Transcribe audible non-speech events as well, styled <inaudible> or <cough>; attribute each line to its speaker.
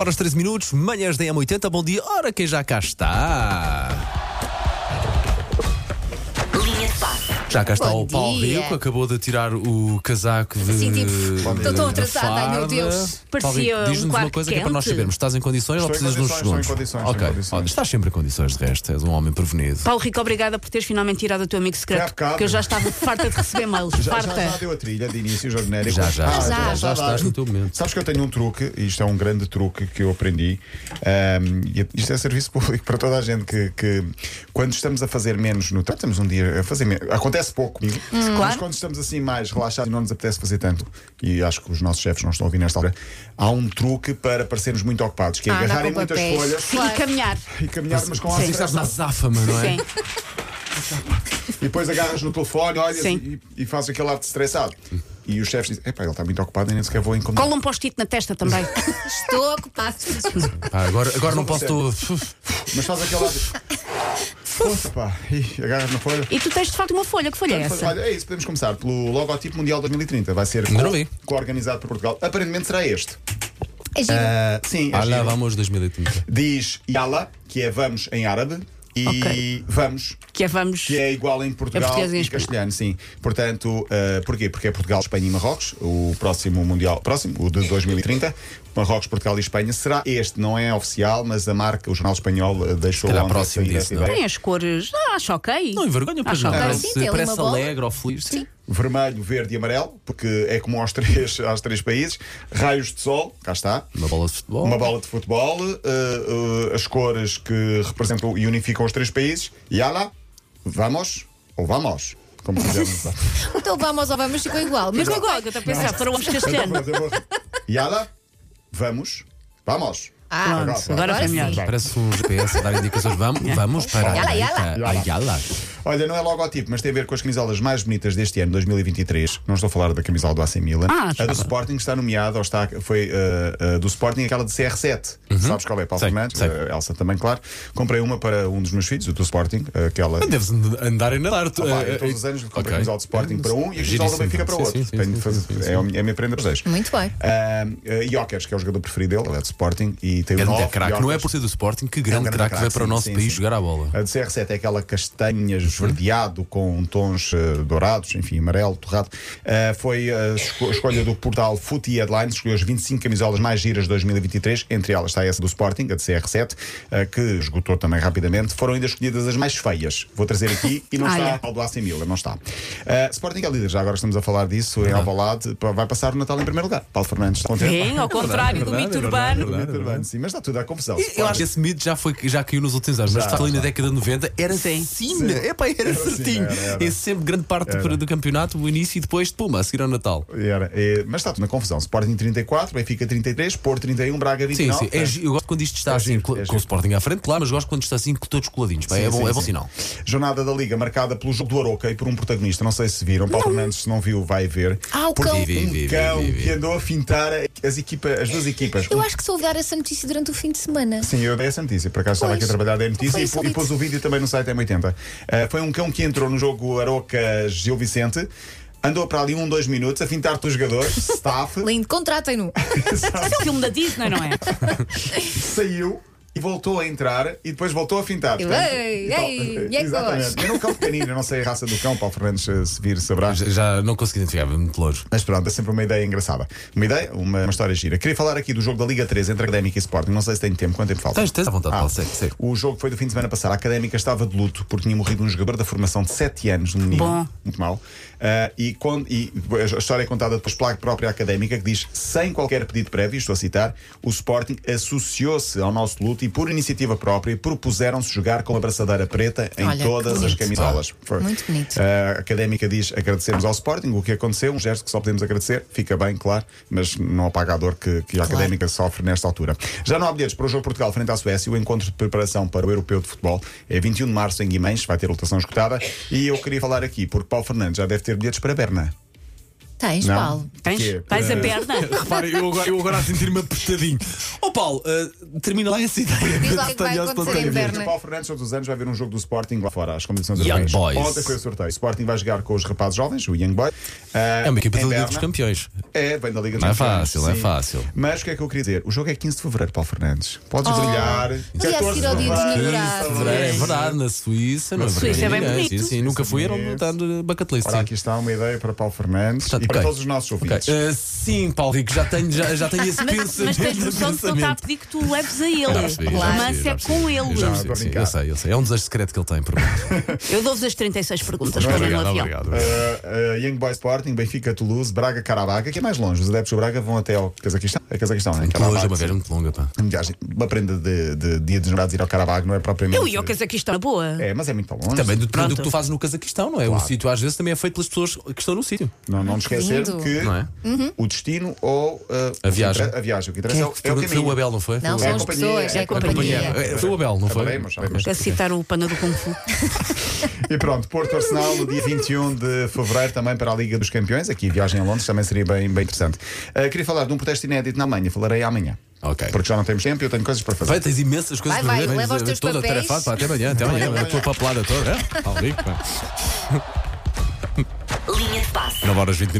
Speaker 1: Horas 13 minutos, manhãs da M80, bom dia, ora quem já cá está.
Speaker 2: Linha de passe.
Speaker 1: Já cá está
Speaker 3: Bom
Speaker 1: o Paulo
Speaker 3: dia.
Speaker 1: Rico, acabou de tirar o casaco de.
Speaker 3: Sim, tipo,
Speaker 1: de-
Speaker 3: estou tão
Speaker 1: da
Speaker 3: atrasada, ai, meu
Speaker 1: farda.
Speaker 3: Deus.
Speaker 1: Paulo Rico,
Speaker 2: Parecia um
Speaker 1: Diz-nos uma
Speaker 2: quarto
Speaker 1: coisa que é para nós
Speaker 2: quente.
Speaker 1: sabermos: estás em condições ou
Speaker 4: Estou em
Speaker 1: precisas de uns
Speaker 4: condições,
Speaker 1: segundos?
Speaker 4: estou em condições,
Speaker 1: ok,
Speaker 4: estou em condições.
Speaker 1: Olha, estás sempre em condições de resto, és um homem prevenido.
Speaker 2: Paulo Rico, obrigada por teres finalmente tirado o teu amigo
Speaker 4: Foi há
Speaker 2: secreto.
Speaker 4: bocado.
Speaker 2: Porque eu já estava farta de receber mails.
Speaker 4: Já, já,
Speaker 2: farta.
Speaker 4: já deu a trilha de início, já genérico.
Speaker 1: Já, já, já,
Speaker 3: já,
Speaker 1: já
Speaker 4: dá.
Speaker 1: estás no teu momento.
Speaker 4: Sabes que eu tenho um truque, e isto é um grande truque que eu aprendi. ahm, e isto é serviço <laughs> público para toda a gente que, que quando estamos a fazer menos no trabalho, estamos um dia a fazer menos. Acontece pouco comigo, mas
Speaker 2: Hum. claro.
Speaker 4: quando estamos assim mais relaxados e não nos apetece fazer tanto, e acho que os nossos chefes não estão a ouvir nesta hora, há um truque para parecermos muito ocupados, que é
Speaker 3: Ah, andar
Speaker 4: agarrarem
Speaker 3: com
Speaker 4: muitas
Speaker 3: papéis.
Speaker 4: folhas
Speaker 2: E caminhar.
Speaker 4: e caminhar, mas com a
Speaker 1: Sim, estás na záfama, não é?
Speaker 2: Sim.
Speaker 4: E depois agarras no telefone, olhas
Speaker 2: Sim.
Speaker 4: e, e fazes aquele ato estressado. E os chefes dizem: epá, ele está muito ocupado, nem sequer vou incomodar.
Speaker 2: Cola um post-it na testa também.
Speaker 3: <laughs> Estou ocupado.
Speaker 1: Pá, agora agora não posso.
Speaker 4: Não
Speaker 1: tô-
Speaker 4: Mas faz aquele lado. Força, pá. E agarras na folha.
Speaker 2: E tu tens de facto uma folha. Que folha é essa?
Speaker 4: Olha, é isso, podemos começar pelo logotipo Mundial 2030. Vai ser
Speaker 1: Ainda
Speaker 4: co-
Speaker 1: não vi.
Speaker 4: co-organizado por Portugal. Aparentemente será este.
Speaker 3: É giro.
Speaker 4: Ah, sim, é
Speaker 1: Ah, lá
Speaker 4: giro.
Speaker 1: vamos 2030.
Speaker 4: Diz Yala, que é vamos em árabe, e
Speaker 2: Ok.
Speaker 4: vamos,
Speaker 2: Que é vamos.
Speaker 4: que é igual em
Speaker 2: É
Speaker 4: Portugal
Speaker 2: português em
Speaker 4: e
Speaker 2: espanhol.
Speaker 4: castelhano, sim. Portanto, ah, porquê? Porque é Portugal, Espanha e Marrocos, o próximo Mundial, próximo, o de 2030. Marrocos, Portugal e Espanha será este, não é oficial, mas a marca, o jornal espanhol ah, deixou
Speaker 1: calhar
Speaker 4: ontem
Speaker 1: próximo
Speaker 4: sair essa
Speaker 1: disso, não é?
Speaker 4: ideia.
Speaker 2: Tem as cores. Ah, acho ok.
Speaker 1: Não envergonha, pois
Speaker 2: Acho
Speaker 1: não.
Speaker 2: ok.
Speaker 3: Ah, Sim,
Speaker 1: Parece,
Speaker 3: tem ali
Speaker 1: parece
Speaker 3: uma bola.
Speaker 1: alegre ou feliz. Sim.
Speaker 4: vermelho, verde e amarelo, porque é comum aos <laughs> três, aos três países. Raios de sol, cá está.
Speaker 1: Uma bola de futebol.
Speaker 4: Uma bola de futebol, eh, eh, as cores que representam e unificam os três países. Yala, vamos ou vamos? Como quisermos.
Speaker 3: Então vamos ou vamos, ficou igual. Mas
Speaker 2: Mas
Speaker 3: não
Speaker 2: logo, eu estou a pensar, para o homem
Speaker 4: Então,
Speaker 2: castelhano.
Speaker 4: Yala, vamos, vamos.
Speaker 3: Ah,
Speaker 2: Pronto,
Speaker 4: Agora,
Speaker 2: agora
Speaker 3: agora
Speaker 2: foi
Speaker 3: sim.
Speaker 2: melhor.
Speaker 1: Parece um GPS a dar indicações. Vamos,
Speaker 3: <laughs>
Speaker 1: vamos para a
Speaker 3: Yala,
Speaker 1: direita.
Speaker 3: yala.
Speaker 1: Ah, yala.
Speaker 4: Olha, não é logotipo, mas tem a ver com as camisolas mais bonitas deste ano, 2023. Não estou a falar da camisola do AC Milan.
Speaker 2: Ah,
Speaker 4: a
Speaker 2: estava.
Speaker 4: do Sporting está nomeada, ou está, foi uh, uh, do Sporting aquela de CR7. Sabes qual é, Paulo
Speaker 1: Uhum. Sei,
Speaker 4: Fernandes?
Speaker 1: sei.
Speaker 4: Uh, Elsa também, claro. Comprei uma para um dos meus filhos, o do Sporting, aquela.
Speaker 1: Deves andar a nadar. tu-
Speaker 4: Ah, pá,
Speaker 1: eh,
Speaker 4: eu todos
Speaker 1: eh,
Speaker 4: os anos compro
Speaker 1: ok.
Speaker 4: a camisola do Sporting para um e a camisola do
Speaker 1: Giríssimo,
Speaker 4: Benfica para o
Speaker 1: sim,
Speaker 4: outro.
Speaker 1: sim, sim,
Speaker 4: Tenho de
Speaker 1: sim,
Speaker 4: fazer-
Speaker 1: sim, sim,
Speaker 4: É a minha é a minha prenda para vocês.
Speaker 3: Muito bem.
Speaker 4: Ah, ah, Jokers, que é o jogador preferido dele, ele é do Sporting e tem o
Speaker 1: Grande
Speaker 4: 9.
Speaker 1: craque, não é
Speaker 4: Jokers.
Speaker 1: por ser do Sporting, que grande,
Speaker 4: grande
Speaker 1: craque veio
Speaker 4: craque,
Speaker 1: para o
Speaker 4: sim,
Speaker 1: nosso
Speaker 4: sim,
Speaker 1: país
Speaker 4: sim.
Speaker 1: jogar à bola.
Speaker 4: A de CR7 é aquela castanha esverdeado com tons eh, dourados, enfim, amarelo, torrado. Eh, foi a esco- escolha do portal Footy Headlines, escolheu as 25 camisolas mais giras de 2023, entre elas está essa do Sporting, a de CR7, eh, que esgotou também rapidamente. Foram ainda escolhidas as mais feias. Vou trazer aqui e não
Speaker 2: Ah,
Speaker 4: está
Speaker 2: é.
Speaker 4: ao do AC Milan, não está. Eh, Sporting é líder, já agora estamos a falar disso, em Alvalade, pá, vai passar o Natal em primeiro lugar. Paulo Fernandes, está contente?
Speaker 2: Sim, ao contrário do mito urbano.
Speaker 4: Muito bem, sim, mas está tudo à confusão.
Speaker 1: Eu acho que esse mito já, foi, já caiu nos últimos anos, mas de facto, ali na década de 90 era
Speaker 2: Sim.
Speaker 1: cine. Epá, era,
Speaker 4: cine,
Speaker 1: certinho.
Speaker 4: era, era.
Speaker 1: Esse sempre grande parte
Speaker 4: Era.
Speaker 1: do campeonato, o início e depois, puma, a seguir ao Natal.
Speaker 4: Era, eh, mas está tudo na confusão. Sporting 34, Benfica 33, Porto 31, Braga
Speaker 1: Sim,
Speaker 4: 29.
Speaker 1: sim. É gi- eu gosto quando isto está assim,
Speaker 4: giro,
Speaker 1: co-
Speaker 4: é
Speaker 1: com
Speaker 4: giro.
Speaker 1: o Sporting à frente, claro, mas gosto quando está assim, com todos coladinhos. Pá, é,
Speaker 4: Sim,
Speaker 1: bom,
Speaker 4: sim,
Speaker 1: é bom
Speaker 4: sim.
Speaker 1: sinal.
Speaker 4: Jornada da Liga marcada pelo jogo do Aroca e por um protagonista. Não sei se viram. Paulo Fernandes, se não viu, vai ver.
Speaker 3: Ah, o
Speaker 4: Porque
Speaker 3: cão.
Speaker 1: Vi, vi,
Speaker 4: um
Speaker 1: vi, vi,
Speaker 4: cão
Speaker 1: vi, vi.
Speaker 4: que andou a fintar as, equipa, as duas equipas.
Speaker 3: Eu
Speaker 4: Um-
Speaker 3: acho que soube dar essa notícia durante o fim de semana.
Speaker 4: Sim, eu dei essa notícia. Por acaso estava
Speaker 3: Pois.
Speaker 4: aqui a trabalhar da notícia
Speaker 3: Foi
Speaker 4: e,
Speaker 3: isso,
Speaker 4: pô- e pôs o vídeo também no site M80. Ah, foi um cão que entrou no jogo Aroca Gil Vicente. Andou para ali um, dois minutos a fintar-te os jogadores, <laughs> staff,
Speaker 3: Lindo, contratem-no.
Speaker 2: É o filme da Disney, não é?
Speaker 4: saiu e voltou a entrar e depois voltou a fintar.
Speaker 3: Eu,
Speaker 4: Portanto,
Speaker 3: ei,
Speaker 4: e tal.
Speaker 3: ei, e é que
Speaker 4: Exatamente.
Speaker 3: gosto.
Speaker 4: Era um cão pequenino, eu não sei a raça do cão, Paulo Fernandes, eh, se vir, saberá.
Speaker 1: Já, já não consegui identificar, foi muito longe.
Speaker 4: Mas pronto, é sempre uma ideia engraçada. Uma ideia, uma, uma história gira. Queria falar aqui do jogo da Liga 3 entre Académica e Sporting. Não sei se tem tempo, quanto tempo falta?
Speaker 1: Tens, tens à vontade,
Speaker 4: Ah.
Speaker 1: Paulo, segue, segue.
Speaker 4: O jogo foi do fim de semana passado. A Académica estava de luto porque tinha morrido um jogador da formação de 7 anos, um menino.
Speaker 2: Bom.
Speaker 4: Muito mal. Ah, e, quando, e a história é contada depois pela própria Académica que diz, sem qualquer pedido prévio, estou a citar, o Sporting associou-se ao nosso luto e, por iniciativa própria, propuseram-se jogar com a braçadeira preta em
Speaker 3: Olha, que
Speaker 4: todas as
Speaker 3: bonito.
Speaker 4: camisolas. Foi.
Speaker 3: Muito bonito.
Speaker 4: A académica diz agradecemos ao Sporting o que aconteceu, um gesto que só podemos agradecer, fica bem, claro, mas não apaga a dor que, que a académica sofre nesta altura. Já não há bilhetes para o jogo de Portugal frente à Suécia, o encontro de preparação para o Europeu de Futebol é 21 de março em Guimarães, vai ter lotação escutada. E eu queria falar aqui, porque Paulo Fernandes já deve ter bilhetes para Berna.
Speaker 3: Tens,
Speaker 4: Não.
Speaker 3: Paulo.
Speaker 2: Tens?
Speaker 4: Quê?
Speaker 2: Tens a
Speaker 4: Eh,
Speaker 2: perna?
Speaker 1: Repara, eu agora, eu agora a sentir-me apertadinho. Ó Paulo, eh, termina lá essa ideia.
Speaker 3: Diz lá o que vai
Speaker 1: Estou
Speaker 3: acontecer em
Speaker 1: tão-
Speaker 3: Berna.
Speaker 4: O Paulo Fernandes, todos os anos, vai ver um jogo do Sporting lá fora, às competições
Speaker 1: Young
Speaker 4: europeias.
Speaker 1: Boys.
Speaker 4: Ontem foi o sorteio. O Sporting vai jogar com os rapazes jovens, o Young Boy. Ah,
Speaker 1: É uma equipa
Speaker 4: em
Speaker 1: da Liga
Speaker 4: Berna.
Speaker 1: dos Campeões.
Speaker 4: É, vem da Liga dos
Speaker 1: Não é
Speaker 4: Campeões,
Speaker 1: fácil, não é fácil.
Speaker 4: Mas o que é que eu queria dizer? O jogo é 15 de Fevereiro, Paulo Fernandes. Podes brilhar.
Speaker 3: Oh. Podia ser ao dia dos namorados.
Speaker 1: Fevereiro, É verdade, na Suíça, não é
Speaker 2: Suíça é
Speaker 1: verdade?
Speaker 2: bem bonito.
Speaker 1: Sim, sim, nunca fui, era um
Speaker 4: Bonito.
Speaker 1: tanto de bucket list.
Speaker 4: é Ora,
Speaker 1: sim.
Speaker 4: aqui está uma ideia para Paulo Fernandes
Speaker 1: Portanto,
Speaker 4: e para
Speaker 1: ok.
Speaker 4: todos os nossos
Speaker 1: Ok,
Speaker 4: ouvintes.
Speaker 1: eh, sim, Paulo Rico, já tenho, já, já tenho esse
Speaker 2: Mas,
Speaker 1: pensamento.
Speaker 2: mas tens noção de que ele está a
Speaker 1: pensamento.
Speaker 2: pedir que tu o leves a ele.
Speaker 1: Eu já percebi,
Speaker 2: O
Speaker 1: eu já
Speaker 2: romance
Speaker 1: percebi,
Speaker 2: é
Speaker 1: já percebi.
Speaker 2: com
Speaker 1: Eu já
Speaker 2: ele.
Speaker 1: percebi, sim, eu sei, eu sei. É um desejo secreto que ele tem por mim.
Speaker 2: Eu dou-vos as 36 perguntas
Speaker 3: é
Speaker 2: para no
Speaker 1: Obrigado,
Speaker 2: avião.
Speaker 1: obrigado. obrigado.
Speaker 4: Uh, uh, Young Boy Sporting, Benfica, Toulouse, Braga, Carabaga, que é mais longe. Os adeptos do Braga vão até ao Cazaquistão. É Cazaquistão, né?
Speaker 1: Muito longe,
Speaker 4: Karabakh,
Speaker 1: uma vez
Speaker 4: sim.
Speaker 1: muito longa, pá.
Speaker 4: Aliás, uma prenda de, de dia dos namorados ir ao Carabaga não é propriamente.
Speaker 2: Eu e o Cazaquistão na boa.
Speaker 4: É, mas é muito para longe.
Speaker 1: Também do,
Speaker 2: Pronto.
Speaker 1: do que tu fazes no Cazaquistão, não é? O sítio às vezes também é feito pelas pessoas que estão no sítio.
Speaker 4: Não, não nos esquecer
Speaker 3: Lindo. Uhum.
Speaker 4: que
Speaker 1: Não é?
Speaker 4: o destino ou uh,
Speaker 1: A viagem.
Speaker 4: A viagem. O que interessa
Speaker 1: Quem é
Speaker 4: é, o-
Speaker 1: que
Speaker 4: é o
Speaker 1: foi, foi
Speaker 4: caminho.
Speaker 1: o Abel, não foi? Foi o
Speaker 3: Não, são
Speaker 1: Abel.
Speaker 3: as pessoas, é a
Speaker 4: companhia.
Speaker 3: companhia.
Speaker 1: É, Foi o Abel, não foi?
Speaker 4: Acabaremos, acabaremos.
Speaker 2: Quer citar o panda do Kung Fu?
Speaker 4: E pronto, Porto Arsenal no dia 21 de Fevereiro também para a Liga dos Campeões. Aqui a viagem a Londres também seria bem, bem interessante. Uh, queria falar de um protesto inédito na Alemanha, falarei amanhã.
Speaker 1: Ok.
Speaker 4: Porque já não temos tempo e eu tenho coisas para fazer.
Speaker 1: Vai, tens imensas coisas
Speaker 3: Vai, vai,
Speaker 1: para ver.
Speaker 3: leva os teus
Speaker 1: toda
Speaker 3: papéis.
Speaker 1: tarefada, pá, até amanhã, até amanhã. a tua papelada toda. É? Paulo Rico, pá.
Speaker 5: Linha de passe.
Speaker 1: 9 horas 20 minutos.